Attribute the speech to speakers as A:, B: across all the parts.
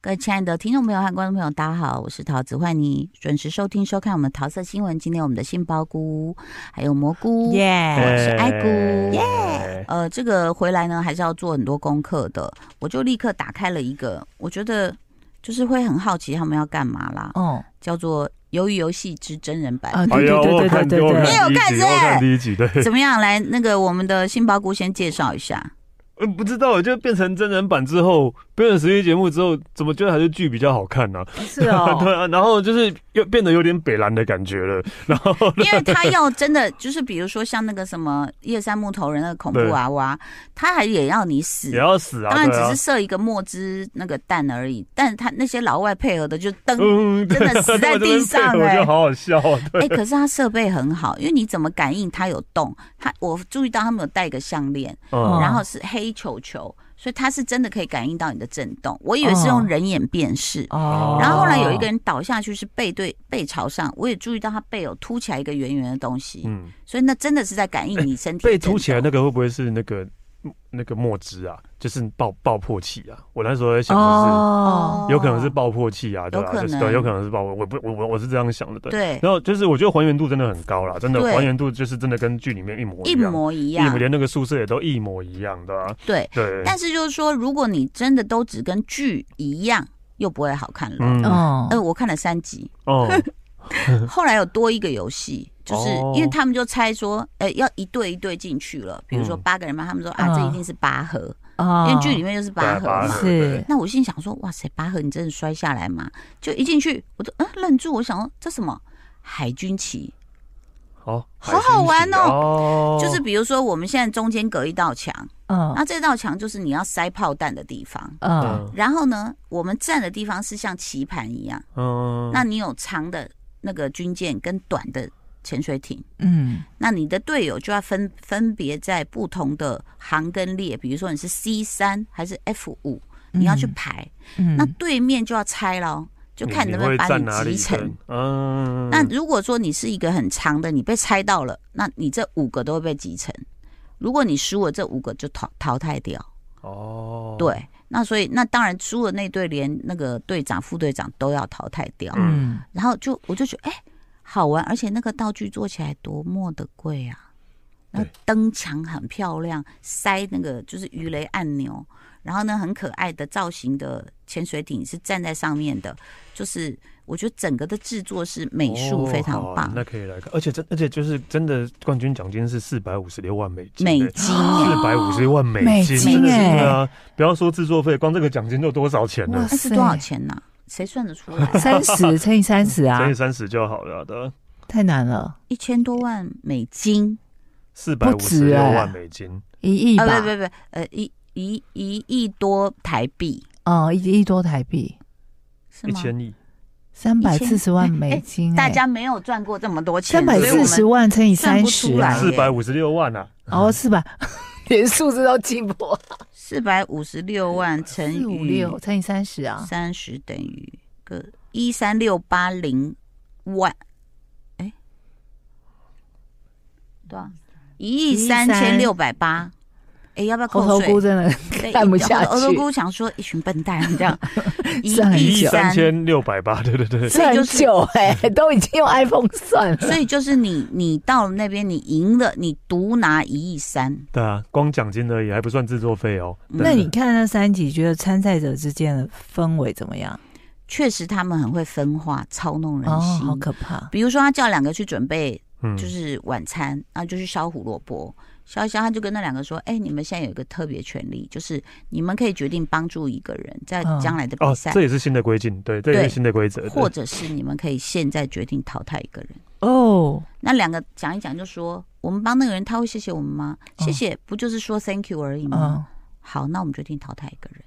A: 各位亲爱的听众朋友和观众朋友，大家好，我是桃子，欢迎你准时收听收看我们桃色新闻。今天我们的杏鲍菇还有蘑菇，
B: 耶！
C: 哎
A: 我是爱菇
C: 耶、
A: 呃，这个回来呢还是要做很多功课的，我就立刻打开了一个，我觉得就是会很好奇他们要干嘛啦，
B: 哦，
A: 叫做《鱿鱼游戏之真人版》
B: 啊，
C: 哎
B: 对
C: 呦，我有
B: 对对
C: 看
B: 对对
C: 我有
B: 对
A: 你有
C: 看
A: 看
C: 第一
A: 是
C: 集，
A: 不
C: 我
A: 是
C: 有看第一集，对，
A: 怎么样？来，那个我们的杏鲍菇先介绍一下。
C: 呃不知道，就变成真人版之后，变成实际节目之后，怎么觉得还是剧比较好看呢、
B: 对，是
C: 对
B: 哦，
C: 啊，然后就是又变得有点北蓝的感觉了，然后
A: 因为他要真的就是，比如说像那个什么叶山木头人那个恐怖娃娃，他还也要你死
C: 也，要死啊，
A: 当然
C: 对啊
A: 只是射一个墨汁那个蛋而已，但是他那些老外配合的就噔。
C: 嗯，
A: 真的死在地上
C: 我
A: 哎
C: 觉得好好笑啊，对
A: 哎、可是他设备很好，因为你怎么感应它有动，他我注意到他们有戴一个项链，
B: 哦
C: 嗯，
A: 然后是黑球球，所以它是真的可以感应到你的震动。我以为是用
B: 哦
A: 人眼辨识，
B: 哦
A: 然后后来有一个人倒下去是背对背朝上，我也注意到他背有凸起来一个圆圆的东西，
C: 嗯，
A: 所以那真的是在感应你身体的
C: 被
A: 震动、
C: 凸起来那个会不会是那个那个墨汁啊？就是爆爆破器啊？我那时候在想的
B: 哦
C: 是，有可能是爆破器啊，对
A: 有
C: 吧、
A: 可
C: 就是
A: 能
C: 对，有可能是爆，破，我不我我我是这样想的，对。
A: 对，
C: 然后就是我觉得还原度真的很高啦，真的
A: 对
C: 还原度就是真的跟剧里面一模
A: 一
C: 样，
A: 模一
C: 一
A: 样，
C: 连那个宿舍也都一模一样的、啊，
A: 对。
C: 对。
A: 但是就是说，如果你真的都只跟剧一样，又不会好看了。嗯，
C: 嗯
B: 哦
A: 呃，我看了三集，
C: 哦，
A: 后来有多一个游戏，就是
C: 哦
A: 因为他们就猜说，呃，要一对一对进去了，比如说
C: 嗯啊
A: 八个人嘛，他们说啊，
B: 嗯
A: 这一定是八盒，
B: 哦
A: 因为剧里面就是八盒
C: 对八
A: 嘛
C: 盒。
B: 是
A: 那我心想说，哇塞，拔河你真的摔下来吗？就一进去，我就嗯愣住，我想说这什么海军旗？
C: 好，
A: 好好玩哦
C: 哦
A: 就是比如说我们现在中间隔一道墙，
B: 嗯
A: 那这道墙就是你要塞炮弹的地方。
B: 嗯
C: 嗯
A: 然后呢，我们站的地方是像棋盘一样，
C: 嗯，
A: 那你有长的那个军舰跟短的潜水艇，
B: 嗯
A: 那你的队友就要分分别在不同的航跟列，比如说你是 C 三还是 F 五，你要去排，
B: 嗯
A: 那对面就要拆咯，就看你能不能
C: 会
A: 把
C: 站
A: 你
C: 哪
A: 集
C: 里
A: 成。
C: 跟，嗯，
A: 那如果说你是一个很长的，你被猜到了，那你这五个都会被集成。如果你输了这五个，就淘淘汰掉。
C: 哦，
A: 对，那所以那当然输了那队连那个队长、副队长都要淘汰掉。
B: 嗯
A: 然后就我就觉得哎、好玩，而且那个道具做起来多么的贵啊！那
C: 对
A: 灯墙很漂亮，塞那个就是鱼雷按钮，然后呢很可爱的造型的潜水艇是站在上面的，就是我觉得整个的制作是美术
C: 哦
A: 非常
C: 好啊
A: 棒，
C: 那可以来看，而且真而且就是真的冠军奖金是四百五十六万美金，欸
A: 美金哎、
C: 四百五十六万美
B: 哦美
C: 金，
A: 金
C: 真的是
B: 哎
C: 对啊！不要说制作费，光这个奖金就多少钱呢
B: 哇？
A: 那是多少钱呢、谁算得出来、 啊？
B: 三十乘以三十啊
C: 乘以，三十就好了啊的，
B: 太难了，
A: 一千多万美金？
C: 四百五十
B: 止
C: 六
B: 哎
C: 万美金，
B: 一亿
A: 啊，
B: 吧
A: 不，不不，呃，一一一亿多台币
B: 哦，一亿多台币，
A: 是
C: 一
A: 吗？
C: 千亿，
B: 三百四十万美金欸，
A: 哎大家没有赚过这么多钱，
B: 三百
A: 所以我
B: 四
A: 们
B: 十万乘以
A: 算
B: 三
A: 不
B: 十
A: 出来
B: 啊，
C: 四百五十六万啊！
B: 哦，是吧？ 连数字都记不好，
A: 四百五十六万乘以
B: 四五六乘以三十啊，
A: 三十等于个一三六八零万，哎，多少？一亿三千六百八。哎，要不要
B: 猴
A: 扣
B: 头
A: 税
B: 菇？真的
A: 对
B: 看不下去
A: 猴头菇想说一群笨蛋这 样，一
B: 算很
C: 一
A: 亿
C: 亿
B: 久
C: 三，千六百八，对对对，
A: 所
B: 这
A: 以就
B: 很
A: 是
B: 久哎，都已经用 iPhone 算了。
A: 所以就是你你到了那边你赢了，你独拿一亿三，
C: 对啊，光奖金而已，还不算制作费哦。
A: 嗯
B: 那你看那三集，觉得参赛者之间的氛围怎么样？
A: 确实他们很会分化，操弄人
B: 哦，
A: 心。
B: 好可怕！
A: 比如说他叫两个去准备
C: 嗯
A: 就是晚餐，然后就去削胡萝卜。削一削，他就跟那两个说：“哎、你们现在有一个特别权利，就是你们可以决定帮助一个人在
B: 嗯
A: 将来的比
C: 哦
A: 赛，，
C: 这也是新的规定，对，这也
A: 对
C: 是新的规则。对
A: 或者是你们可以现在决定淘汰一个人。
B: 哦，”
A: 那两个讲一讲，就说：“我们帮那个人，他会谢谢我们吗？谢谢，不就是说 thank you 而已吗？”
B: 嗯，
A: 好，那我们决定淘汰一个人。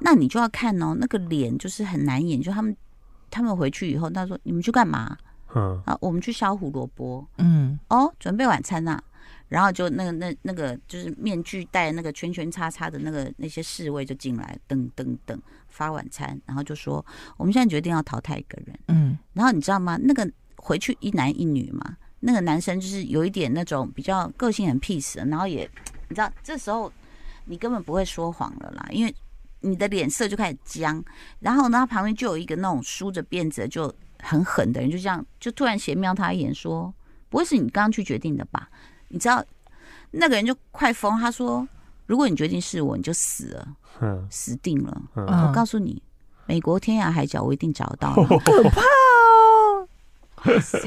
A: 那你就要看哦，那个脸就是很难演，就他们他们回去以后，他说：“你们去干嘛
C: 嗯，？”
A: 啊，我们去削胡萝卜。
B: 嗯，
A: 哦，准备晚餐呐、然后就那个那那个就是面具戴那个圈圈叉叉的那个那些侍卫就进来，噔噔噔发晚餐，然后就说我们现在决定要淘汰一个人。
B: 嗯，
A: 然后你知道吗？那个回去一男一女嘛，那个男生就是有一点那种比较个性很 peace，的然后也你知道这时候你根本不会说谎了啦，因为。你的脸色就开始僵。然后呢，他旁边就有一个那种梳着辫子就很狠的人，就这样就突然斜瞄他一眼说：“不会是你刚刚去决定的吧？”你知道那个人就快疯，他说：“如果你决定是我，你就死了，
C: 嗯
A: 死定了。
C: 嗯，
A: 我
B: 嗯，
A: 告诉你，美国天涯海角我一定找得 到。”
B: 可怕哦！
A: 哇塞！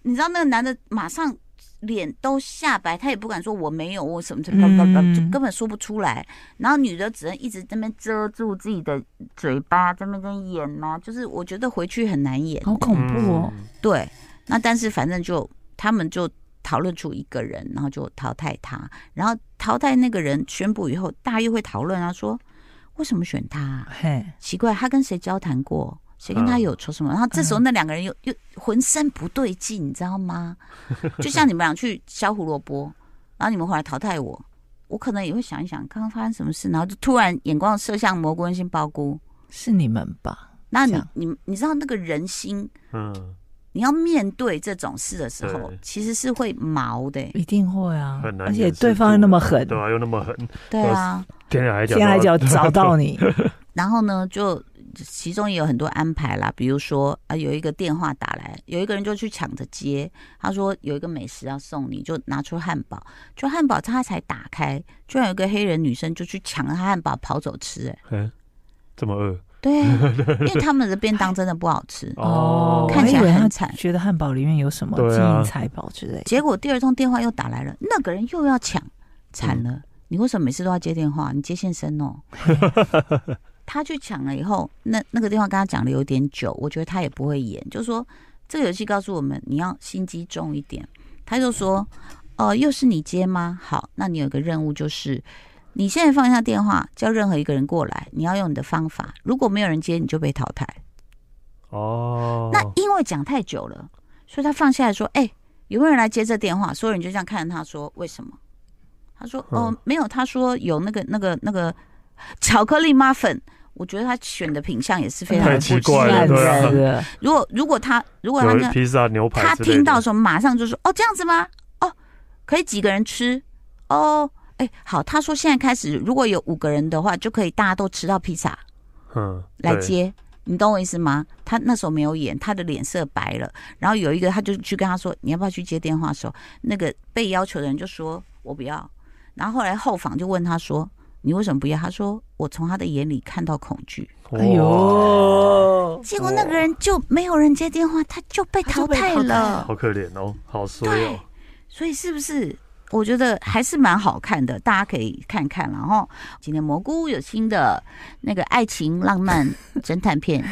A: 你知道那个男的马上脸都吓白，他也不敢说我没有，我什么什么什么什么，
B: 嗯
A: 就根本说不出来。然后女的只能一直在那边遮住自己的嘴巴，在那边演嘛、就是我觉得回去很难演。
B: 好恐怖哦！
C: 嗯，
A: 对，那但是反正就他们就讨论出一个人，然后就淘汰他，然后淘汰那个人宣布以后，大家又会讨论啊，说为什么选他、啊？
B: 嘿，
A: 奇怪，他跟谁交谈过？谁跟他
C: 嗯
A: 有仇什么？然后这时候那两个人又、又浑身不对劲，你知道 吗？就像你们俩去削胡萝卜，然后你们后来淘汰我，我可能也会想一想刚刚发生什么事，然后就突然眼光射向蘑菇跟杏鲍菇。
B: 是你们吧？
A: 那你
B: 这样
A: 你你知道那个人心，
C: 嗯，
A: 你要面对这种事的时候
C: 对，
A: 其实是会毛的、欸
B: 一定会啊，
C: 很难
B: 而且
C: 掩饰
B: 对方又那么狠，
C: 对啊，又那么狠，
A: 对啊。
C: 天涯海角，
B: 天涯海角 找到你，
A: 然后呢，就其中也有很多安排啦，比如说啊，有一个电话打来，有一个人就去抢着接，他说有一个美食要送你，就拿出汉堡，就汉堡他才打开，居然有一个黑人女生就去抢了他汉堡跑走吃、哎，
C: 嗯，这么饿
A: 对，因为他们的便当真的不好吃，
B: 哦
A: 看起来
B: 我以为他
A: 很惨。
B: 觉得汉堡里面有什么
C: 对
B: 金
C: 啊
B: 银财宝之类的。
A: 结果第二通电话又打来了，那个人又要抢，惨了！你为什么每次都要接电话？你接线生哦。他去抢了以后，那那个电话跟他讲的有点久，我觉得他也不会演，就说这个游戏告诉我们你要心机重一点。他就说，哦、又是你接吗？好，那你有一个任务就是。你现在放下电话，叫任何一个人过来，你要用你的方法。如果没有人接，你就被淘汰。
C: 哦，
A: 那因为讲太久了，所以他放下来说：“哎、有没有人来接这电话？”所有人就这样看着他说：“为什么？”他说：“哦
C: 嗯，
A: 没有。”他说：“有那个、那个、那个巧克力妈粉。”我觉得他选的品相也是非常
C: 太
A: 不
C: 奇
A: 值
C: 怪了
A: 得
B: 烂
C: 对啊
A: 人
B: 死了，
A: 如果如果他如果他
C: 有
A: 呢，
C: 披萨、牛排
A: 他
C: 之类的，
A: 听到的时候马上就说：“哦，这样子吗？哦，可以几个人吃？哦，哎、好。”他说：“现在开始，如果有五个人的话，就可以大家都吃到披萨。”
C: 嗯，
A: 来
C: 对，
A: 接，你懂我意思吗？他那时候没有演，他的脸色白了。然后有一个，他就去跟他说：“你要不要去接电话？”的时候，那个被要求的人就说：“我不要。”然后后来后访就问他说：“你为什么不要？”他说：“我从他的眼里看到恐惧。
B: 哎呦”，
A: 结果那个人就没有人接电话，他就被淘汰
B: 他就被淘汰
A: 了
B: 了。
C: 好可怜哦，好衰
A: 对
C: 哦，，
A: 所以是不是？我觉得还是蛮好看的，大家可以看看。然后今天蘑菇有新的那个爱情浪漫 侦探片，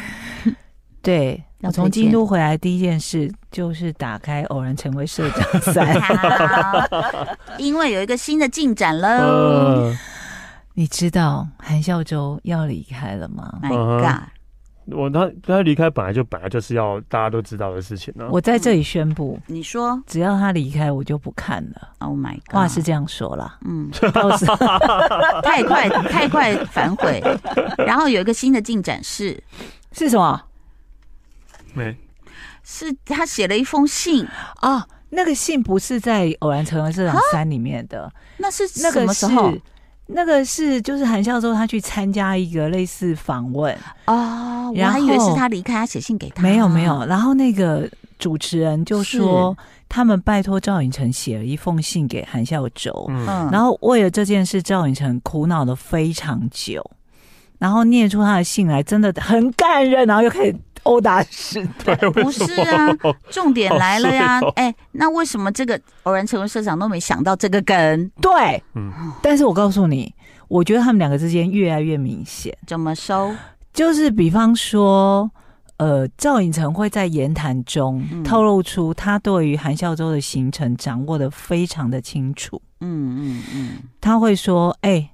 B: 对
A: 要
B: 我从
A: 推荐
B: 京都回来第一件事就是打开《偶然成为社长 三》，
A: 好， 因为有一个新的进展喽。
C: 嗯，
B: 你知道韩孝周要离开了吗？
A: My
C: 嗯
A: God！
C: 我他他离开本来就本来就是要大家都知道的事情
A: 嗯
C: 呢，
B: 我在这里宣布，
A: 你说
B: 只要他离开，我就不看了。
A: ，Oh my God！
B: 话是这样说啦，
A: 嗯，
B: 到 时候
A: 太快太快反 悔。然后有一个新的进展是，
B: 是什
A: 啊
B: 么
C: 没
A: 是他写了一封信，
B: 啊？那个信不是在《偶然成为社长三》里面的，
A: 那是
B: 那
A: 什
B: 个
A: 么时
B: 是
A: 候
B: 那个是就是韩孝周他去参加一个类似访问，
A: 哦，我
B: 然
A: 还
B: 后
A: 以为是他离开，他写信给他。
B: 没有没有，然后那个主持人就说他们拜托赵寅成写了一封信给韩孝周，
C: 嗯
A: 嗯，
B: 然后为了这件事，赵寅成苦恼了非常久，然后念出他的信来，真的很感人，然后又开始殴打石头。
A: 不是啊，重点来了呀
C: 好衰哦！
A: 哎，那为什么这个偶然成为社长都没想到这个梗？
B: 对，
C: 嗯
B: 但是我告诉你，我觉得他们两个之间越来越明显，
A: 怎么收？
B: 就是比方说。呃，赵寅成会在言谈中
A: 嗯
B: 透露出他对于韩孝周的行程掌握的非常的清楚。
A: 嗯嗯嗯，
B: 他会说：“哎、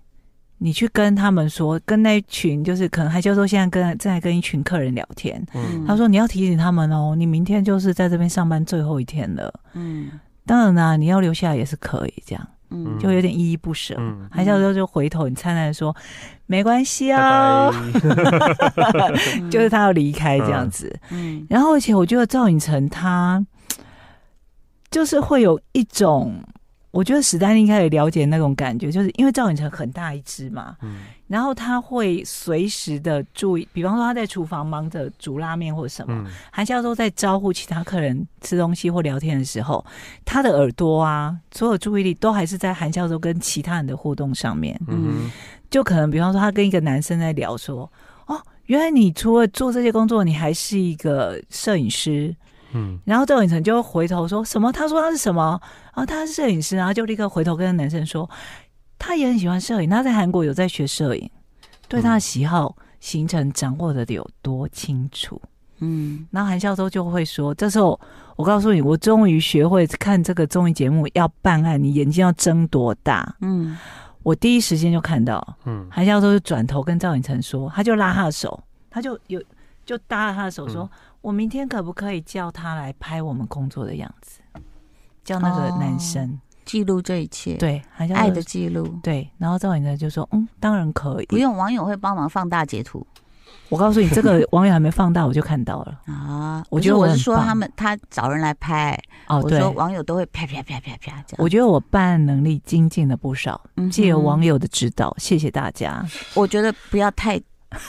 B: 你去跟他们说，跟那一群就是可能还就说现在跟正在跟一群客人聊天。
A: 嗯
B: 他说你要提醒他们哦，你明天就是在这边上班最后一天了。
A: 嗯
B: 当然啦、你要留下来也是可以，这样
A: 嗯，
B: 就有点依依不舍。
C: 嗯，
B: 韩孝周就回头很灿烂地说：“没关系
C: 拜
B: 啊，
C: 嗯
A: 嗯
C: 拜，
B: 就是他要离开这样子。
A: 嗯
B: 然后，而且我觉得赵寅成他就是会有一种我觉得史丹利应该也了解那种感觉，就是因为赵寅成很大一只嘛，
C: 嗯
B: 然后他会随时的注意，比方说他在厨房忙着煮拉面或什么，
C: 嗯，
B: 韩教授在招呼其他客人吃东西或聊天的时候，他的耳朵啊，所有注意力都还是在韩教授跟其他人的互动上面。
C: 嗯
B: 就可能比方说，他跟一个男生在聊说：“哦，原来你除了做这些工作，你还是一个摄影师。
C: 哼嗯”
B: 然后赵寅成就回头说什么？他说他是什么？哦，他是摄影师，然后就立刻回头跟男生说，他也很喜欢摄影，他在韩国有在学摄影，对他的喜好、行程掌握的有多清楚。
A: 嗯
B: 然后韩孝周就会说：“这时候我告诉你，我终于学会看这个综艺节目要办案，你眼睛要睁多大。
A: 嗯”
B: 我第一时间就看到
C: 嗯
B: 韩孝周就转头跟赵寅成说，他就拉他的手，他就有就搭了他的手说：“我明天可不可以叫他来拍我们工作的样子？”叫那个男生、
A: 记录这一切，，
B: 对韩孝周
A: 哦爱的记录，
B: 对，然后赵寅成就说：“嗯，当然可
A: 不
B: 以。
A: 用网友会帮忙放大截图”
B: 我告诉你，这个网友还没放大，我就看到了。
A: 啊。
B: 我
A: 可
B: 觉
A: 是
B: 得我
A: 我是
B: 很
A: 说
B: 棒
A: 他们他找人来拍，
B: 哦，
A: 我
B: 对，
A: 说网友都会啪啪啪啪啪这样。
B: 我觉得我办案能力精进了不少。
A: 嗯哼
B: 借由网，友的指导，谢谢大家。
A: 我觉得不要太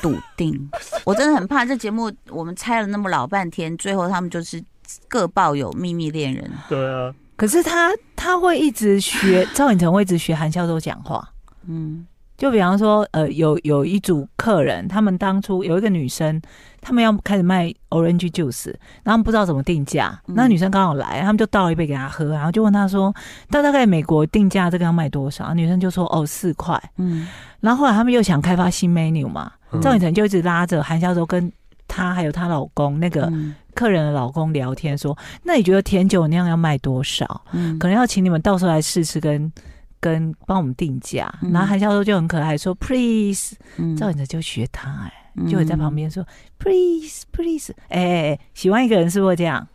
A: 笃 定，我真的很怕这节目我们猜了那么老半天，最后他们就是各抱有秘密恋人。
C: 对啊，
B: 可是他他会一 直学赵寅成，会一直学韩孝周讲话。
A: 嗯
B: 就比方说，呃，有有一组客人，他们当初有一个女生，他们要开始卖 orange juice，然后他们不知道怎么定价。
A: 嗯
B: 那女生刚好来，他们就倒了一杯给她喝，然后就问她说：“那大概美国定价这个要卖多少？”女生就说：“哦，四块。
A: 嗯”
B: 然后后来他们又想开发新 menu 嘛，
C: 嗯
B: 赵寅成就一直拉着韩孝周跟她还有她老公那个
A: 嗯
B: 客人的老公聊天说：“那你觉得甜酒酿要卖多少？
A: 嗯
B: 可能要请你们到时候来试吃跟，跟帮我们定价。
A: 嗯
B: 然后韩教授就很可爱说：“Please。”
A: 嗯
B: 赵
A: 赵
B: 颖哲就学他、哎、就
A: 嗯
B: 有在旁边说：“Please, please。哎”哎哎，喜欢一个人是不是会这样？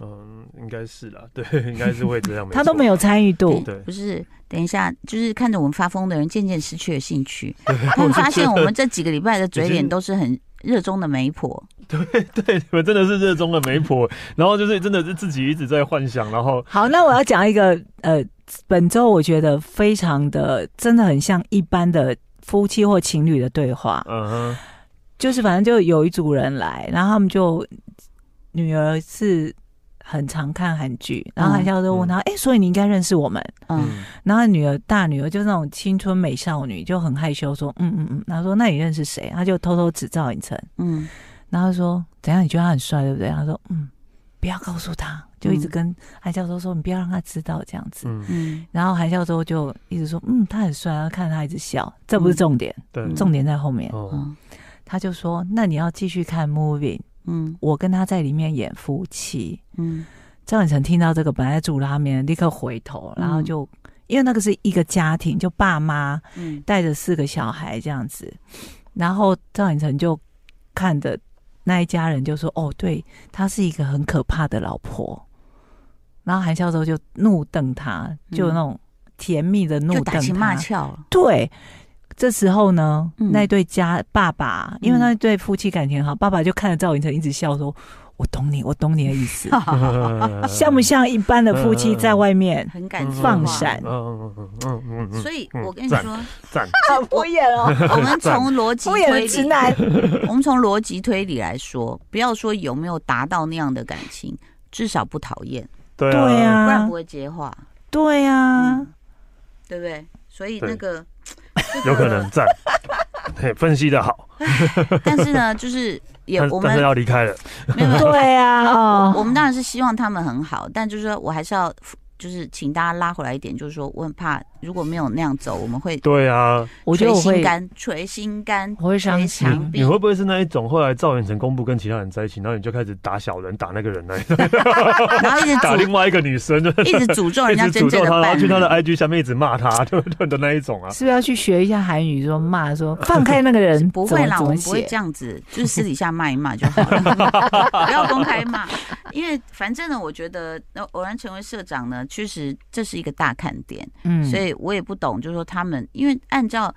C: 嗯，应该是啦，对，应该是会这样，
B: 他都没
C: 有，
B: 有参与度，
C: 哦对
A: 不是，等一下，就是看着我们发疯的人渐渐失去了兴 趣。他们发现我们这几个礼拜的嘴脸都是很热衷的媒婆，
C: 对，你们真的是热衷了媒婆，然后就是真的是自己一直在幻想，然后
B: 好，那我要讲一个呃，本周我觉得非常的，真的很像一般的夫妻或情侣的对话。
C: 嗯哼，
B: 就是反正就有一组人来，然后他们就女儿是很常看韩剧，然后韩笑就问他，哎、所以你应该认识我们。
A: 嗯，
C: 嗯
B: 然后女儿大女儿就那种青春美少女，就很害羞说，嗯嗯嗯。然后说那你认识谁？他就偷偷指赵寅成，
A: 嗯
B: 然后说怎样？你觉得他很帅对不对？他说嗯，不要告诉他，就一直跟韩教授说你不要让他知道这样子。
C: 嗯，
A: 嗯
B: 然后韩教授就一直说嗯他很帅，然后看他一直笑，这不是重点，
C: 对，
B: 重点在后面。
C: 嗯哦，
A: 嗯
B: 他就说那你要继续看 Moving。
A: 嗯
B: 我跟他在里面演夫妻。
A: 嗯
B: 赵寅成听到这个，本来在煮拉面，立刻回头，
A: 嗯
B: 然后就、因为那个是一个家庭，就爸妈
A: 嗯
B: 带着四个小孩这样子，然后赵寅成就看着那一家人就说：“哦，对，她是一个很可怕的老婆。”然后韩孝周就怒瞪他，
A: 嗯
B: 就有那种甜蜜的怒
A: 就
B: 瞪
A: 打
B: 他，
A: 情骂俏了。
B: 对，这时候呢，
A: 嗯
B: 那对家爸爸，因为
A: 嗯
B: 那对夫妻感情很好，爸爸就看着赵寅成一直笑说：“我懂你，我懂你的意思。啊
A: 哈哈哈
C: 嗯
B: 像不像一般的夫妻在外面
A: 很敢说
B: 放
A: 话
B: 闪？
C: 嗯嗯嗯嗯嗯，
A: 所以我跟你
C: 赞
A: 说，
C: 赞，
B: 好敷衍
C: 嗯
B: 哦，
A: 我们从逻辑
B: 敷衍
A: 推
B: 的直
A: 理，
B: 男。
A: 我们从逻辑推理来说，不要说有没有达到那样的感情，至少不讨厌，
C: 对
B: 对
C: 啊，
A: 不然
B: 啊
A: 不，会接话，
B: 对啊，
A: 对不对？所以
C: 对
A: 那个
C: 有可能赞， 嘿，分析的好，
A: 但是呢，就是也
C: 但
A: 我
C: 但
A: 们
C: 是要离开了，
A: 没 有没有，
B: 对啊，
A: 嗯 我
B: 哦，
A: 们当然是希望他们很好，但就是说我还是要就是请大家拉回来一点，就是说我很怕如果没有那样走，我们会
C: 对啊，
B: 我觉得
A: 捶
B: 我
A: 心
B: 会，
A: 肝捶心肝。
B: 我会伤
A: 捶
B: 心
A: 墙。
C: 你会不会是那一种后来赵远成公布跟其他人在一起，然后你就开始打小人，打那个人 那一种，
A: 然后一直
C: 打
A: 诅
C: 另外一个女生，就
A: 一直诅咒
C: 一
A: 人家
C: 直
A: 真正
C: 诅咒
A: 的
C: 他，然
A: 伴
C: 后
A: 侣
C: 去他的 IG 下面一直骂 他，对不对的那一种啊？
B: 是不是要去学一下韩语，说骂说放开那个人
A: 不会啦，
B: 怎
A: 我
B: 么
A: 们
B: 怎
A: 不
B: 么
A: 会
B: 写
A: 这？样子，就是私底下骂一骂就好 了，不要公开骂。因为反正呢，我觉得那偶然成为社长呢，确实这是一个大看点，
B: 嗯
A: 所以我也不懂，就是说他们，因为按照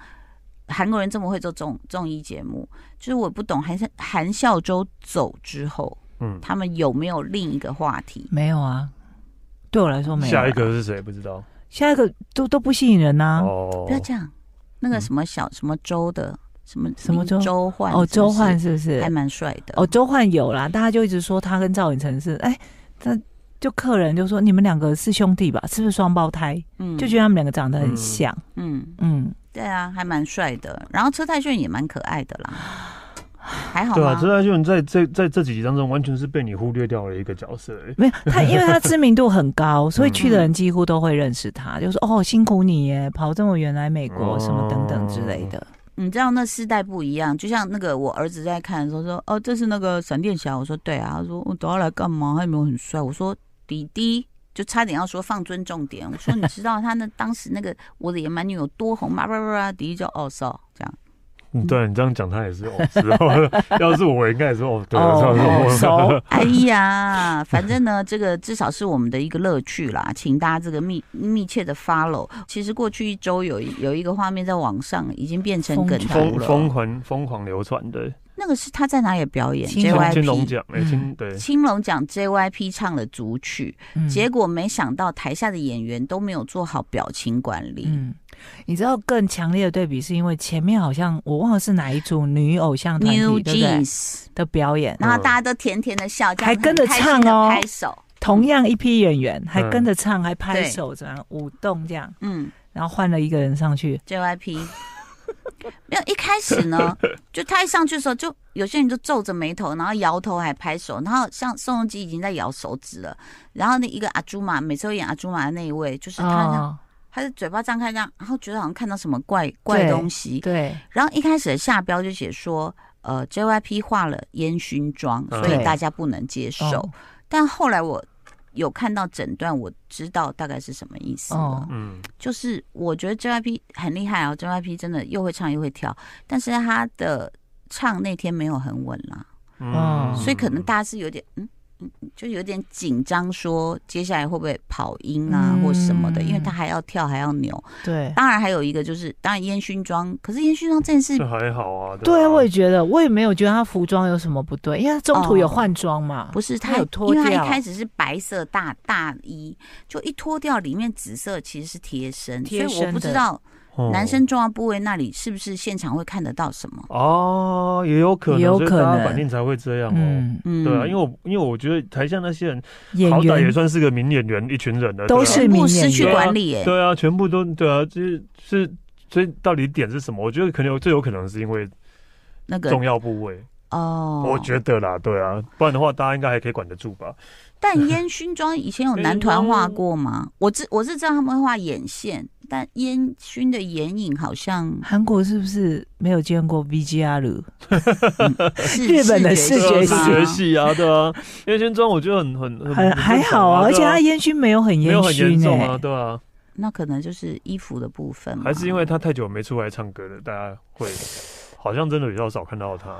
A: 韩国人这么会做综综艺节目，就是我不懂韩孝韩孝周走之后，
C: 嗯，
A: 他们有没有另一个话题？
B: 没有啊，对我来说没有啊。
C: 下一个是谁不知道？
B: 下一个都都不吸引人啊呐、
C: 哦
A: 啊不要这样，那个什么小什么周的什么
B: 嗯什么
A: 周
B: 周
A: 周焕是
B: 哦，
A: 不
B: 周
A: 是
B: 焕是不是
A: 还？蛮帅的
B: 哦，周焕有啦，大家就一直说他跟赵寅成是，哎，他就客人就说你们两个是兄弟吧？是不是双胞胎？
A: 嗯
B: 就觉得他们两个长得很
C: 嗯
B: 像，
A: 嗯，
B: 嗯，
A: 对啊，还蛮帅的。然后车太铉也蛮可爱的啦，
B: 啊
A: 还好
C: 对啊，
A: 吗？
C: 这代秀在这在这几集当中完全是被你忽略掉了一个角色、欸
B: 没有他，因为他知名度很高，所以去的人几乎都会认识他，就说哦，辛苦你耶，跑这么远来美
A: 哦
B: 国，什么等等之类的。
A: 你知道那世代不一样，就像那个我儿子在看的时候说：“哦，这是那个闪电侠。”我说：“对啊。”他说：“我、找他来干嘛？他有没有很帅？”我说：“弟弟。”就差点要说放尊重点，我说你知道他那当时那个我的野蛮女友多红吗？叭叭叭，迪迪就哦是哦这样，
C: 嗯，对啊你这样讲他也是 哦，是哦 要是我应该也是哦，对，
B: 哦
C: 是
B: 熟
C: 哦，
A: 哎呀，反正呢，这个至少是我们的一个乐趣啦，请大家这个密密切的 follow。其实过去一周有一有一个画面在网上已经变成梗
C: 疯
A: 图
C: 疯
A: 了，
C: 狂疯狂流传的
A: 那个是他在哪里表演
B: 青龙
C: 金龙
A: ？JYP
C: 奖，哎，
B: 嗯
C: 金对，
A: 青龙奖 JYP 唱了组曲，
B: 嗯
A: 结果没想到台下的演员都没有做好表情管理。
B: 嗯，你知道更强烈的对比是因为前面好像我忘了是哪一组女偶像团
A: New
B: 体对不对
A: Jeans，
B: 的表演，
A: 然后大家都甜甜的笑，这样
B: 还跟着
A: 很开心
B: 唱
A: 地
B: 哦
A: 拍手，
B: 同样一批演员还跟着唱，还拍
A: 嗯对
B: 手，怎样舞动这样，
A: 嗯。
B: 然后换了一个人上去，
A: JYP。没有，一开始呢， 就他一上去的时候，就有些人就皱着眉头，然后摇头还拍手，然后像宋仲基已经在摇手指了，然后那一个阿朱玛，每次都演阿朱玛的那一位，就是他这样，
B: 哦，
A: 他的嘴巴张开这样，然后觉得好像看到什么怪怪
B: 对
A: 东西，
B: 对，
A: 然后一开始的下标就写说，呃，JYP 化了烟熏妆，
C: 嗯
A: 所以大家不能接受
B: 哦，
A: 但后来我有看到诊断，我知道大概是什么意思了。
B: 哦
C: 嗯，
A: 就是我觉得 JYP 很厉害哦，JYP 真的又会唱又会跳，但是他的唱那天没有很稳啦，
B: 哦
A: 所以可能大家是有点嗯。嗯，就有点紧张，说接下来会不会跑音啊，
B: 嗯
A: 或什么的，因为他还要跳，还要扭。
B: 对。
A: 当然还有一个就是，当然烟熏妆，可是烟熏妆这件事
C: 这还好啊，
B: 对，
C: 啊
B: 我也觉得，我也没有觉得他服装有什么不对，因为他中途有换装嘛。
A: 哦不是
B: 它
A: 他
B: 有脱
A: 啊因为他
B: 掉
A: 一开始是白色大大衣，就一脱掉里面紫色其实是贴身，
B: 贴
A: 所以我
B: 身
A: 不知
B: 的
A: 道
C: 哦
A: 男生重要部位那里是不是现场会看得到什么。
C: 哦，也有可能，
B: 也有
C: 所以
B: 可
C: 大家
B: 能
C: 反应才会这样哦。
B: 嗯，
A: 嗯，
C: 对啊，因为我因为我觉得台下那些人
B: 演
C: 好歹也
B: 员
C: 算是个名演员，一群人的
B: 都
A: 全
B: 是
A: 部
B: 名
A: 失
B: 演
A: 去
B: 员
A: 管理、欸，
C: 对啊，全部都对啊，就是是，所以到底点是什么？我觉得可能有最有可能是因为
A: 那个
C: 重要部位，
A: 哦，
C: 我觉得啦，对啊，不然的话大家应该还可以管得住吧？
A: 但烟熏妆以前有男团画过吗？我知我是知道他们会画眼线，但烟熏的眼影好像
B: 韩国是不是没有见过 VGR？
A: 是
B: 日本的视
A: 视
B: 觉
C: 对啊
B: 系
C: 视
A: 吗
C: 觉系啊，对啊，因为先装我觉得很很很
B: 很
C: 呃很
B: 还
C: 正常
B: 好啊，而且
C: 对啊
B: 他烟熏没有很
C: 没有
B: 烟
C: 很严
B: 熏
C: 重
B: 哎
C: 啊，，对啊，
A: 那可能就是衣服的部分嘛，
C: 还是因为他太久没出来唱歌了，大家会好像真的比较少看到他。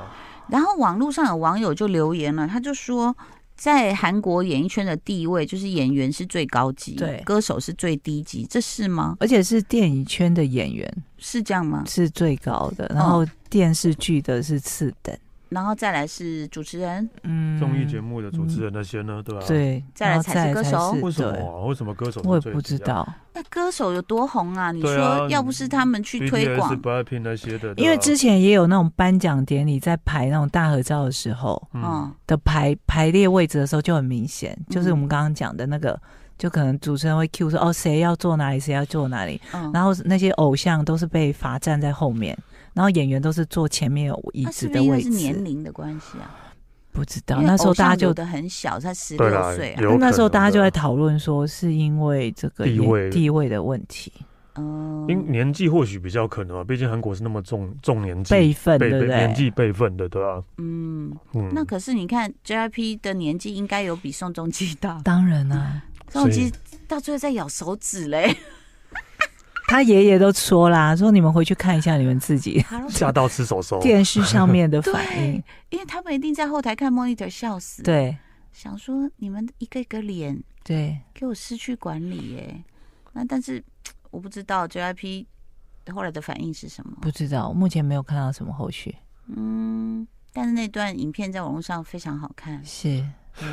A: 然后网络上有网友就留言了，他就说。在韩国演艺圈的地位，就是演员是最高级，
B: 对
A: 歌手是最低级，这是吗？
B: 而且是电影圈的演员
A: 是这样吗？
B: 是最高的，
A: 哦
B: 然后电视剧的是次等，
A: 然后再来是主持人，
B: 嗯，
C: 综艺节目的主持人那些呢，对吧、啊？，
B: 对，
A: 再来
B: 然后
A: 才是歌手哦
B: 对
C: 为什么、啊？为什么歌手是
B: 我也
C: 最
B: 不知
C: 低啊
B: 道，
A: 那哎歌手有多红啊？你
C: 对
A: 说、
C: 啊嗯
A: 要不是他们去推广
C: ？BTS、，Blackpink 那些的，对啊
B: 因为之前也有那种颁奖典礼在排那种大合照的时候，
C: 嗯
A: 嗯，
B: 的排排列位置的时候就很明显，就是
A: 嗯
B: 我们刚刚讲的那个，就可能主持人会 cue 说哦谁要坐哪里，谁要坐哪里，
A: 嗯
B: 然后那些偶像都是被罚站在后面，然后演员都是坐前面有椅
A: 那是
B: 子
A: 不是
B: 的
A: 因
B: 位
A: 为
B: 置
A: 是，年龄的关系啊？
B: 不知道
A: 因为
B: 那时候
A: 偶像
B: 大家就
A: 有。的很小，才十
C: 对
A: 六
C: 啦
A: 岁啊。
C: 有可能
B: 那时候大家就
C: 对
B: 在
C: 啊
B: 讨论说，是因为这个
C: 地
B: 演
C: 位
B: 地位的问题，
A: 嗯，
C: 因年纪或许比较可能啊，毕竟韩国是那么重重年纪
B: 辈分对不
C: 年
B: 对？
C: 纪辈分的，对啊，
A: 嗯，
C: 嗯，
A: 那可是你看 JYP 的年纪应该有比宋仲基大，
B: 当然啊啦、
A: 宋仲基到最后在咬手指嘞。
B: 他爷爷都说啦，说你们回去看一下你们自己
A: 他说
C: 吓到吃手手，
B: 电视上面的反 应
A: 对。，因为他们一定在后台看 monitor 笑死，，
B: 对
A: 想说你们一个一个脸
B: 对，
A: 给我失去管理耶、那但是我不知道 JYP 后来的反应是什么。
B: 不知道，目前没有看到什么后续。
A: 嗯，但是那段影片在网络上非常好看。
B: 是，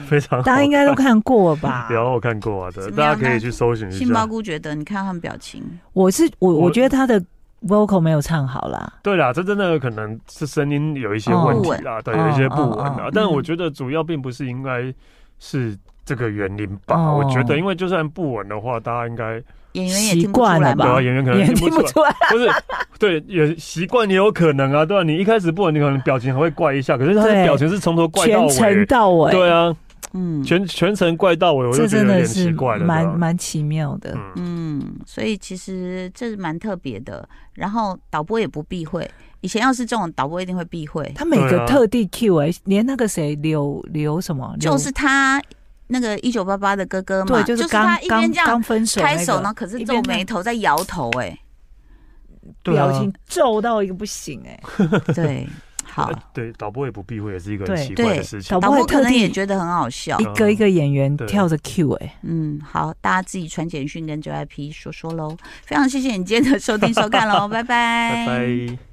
C: 非常好
B: 大家应该都看 过吧？
C: 有我看过啊的，
A: 怎么
C: 大家
A: 样
C: 可以去搜寻一
A: 杏鲍
C: 下。
A: 菇觉得，你看他们表情，
B: 我是我，
C: 我
B: 我觉得他的 vocal 没有唱好啦。
C: 对啦，这真的可能是声音有一些
B: 哦
C: 问题啦，对，有一些不稳
B: 哦哦
C: 啊
B: 哦。
C: 但我觉得主要并不是应该是这个原因吧，
B: 哦
C: 我觉得因为就算不稳的话，大家应该
A: 演员也听
B: 习
A: 不出
B: 惯了
A: 来
C: 对
A: 嘛
B: 吧。
C: 啊，演员可能
B: 也
C: 听
B: 听
C: 不
B: 不
C: 出来。
B: 出来，
C: 不是，对，也习惯也有可能啊，对吧、你一开始不稳，你可能表情还会怪一下，可是他的
B: 对
C: 表情是从头怪到
B: 全程
C: 尾，
B: 到尾，
C: 对啊，
A: 嗯
C: 全全程怪到尾，我就
B: 这
C: 觉得
B: 真
C: 有点
B: 的
C: 奇
B: 是
C: 怪了，
B: 蛮
C: 对吧
B: 蛮奇妙的。
C: 嗯，
A: 嗯，所以其实这是蛮特别的。然后导播也不避讳，以前要是这种导播一定会避讳，
B: 他每
C: 对啊
B: 个特地 Q 哎、连那个谁刘刘什么，刘
A: 就是他那个一九八八的哥哥嘛，
B: 对，就是刚
A: 他一
B: 刚
A: 边这样
B: 刚分手、那个，
A: 开手呢，可是
B: 一
A: 皱
B: 边
A: 眉头在摇头、哎
C: 对啊
B: 表情皱到一个不行哎、
A: 哎，对，好
C: 呃，对，导播也不避讳，也是一个很
B: 对
C: 奇怪的
A: 对
C: 事情
B: 导。
A: 导
B: 播还
A: 播可
B: 特
A: 能
B: 地
A: 也觉得很好笑
B: 一，个一个演员
C: 嗯对
B: 跳着 Q 哎、
A: 嗯，好，大家自己传简 讯跟 JYP 说说喽。非常谢谢你今天的收听收看喽，拜拜，
C: 拜拜。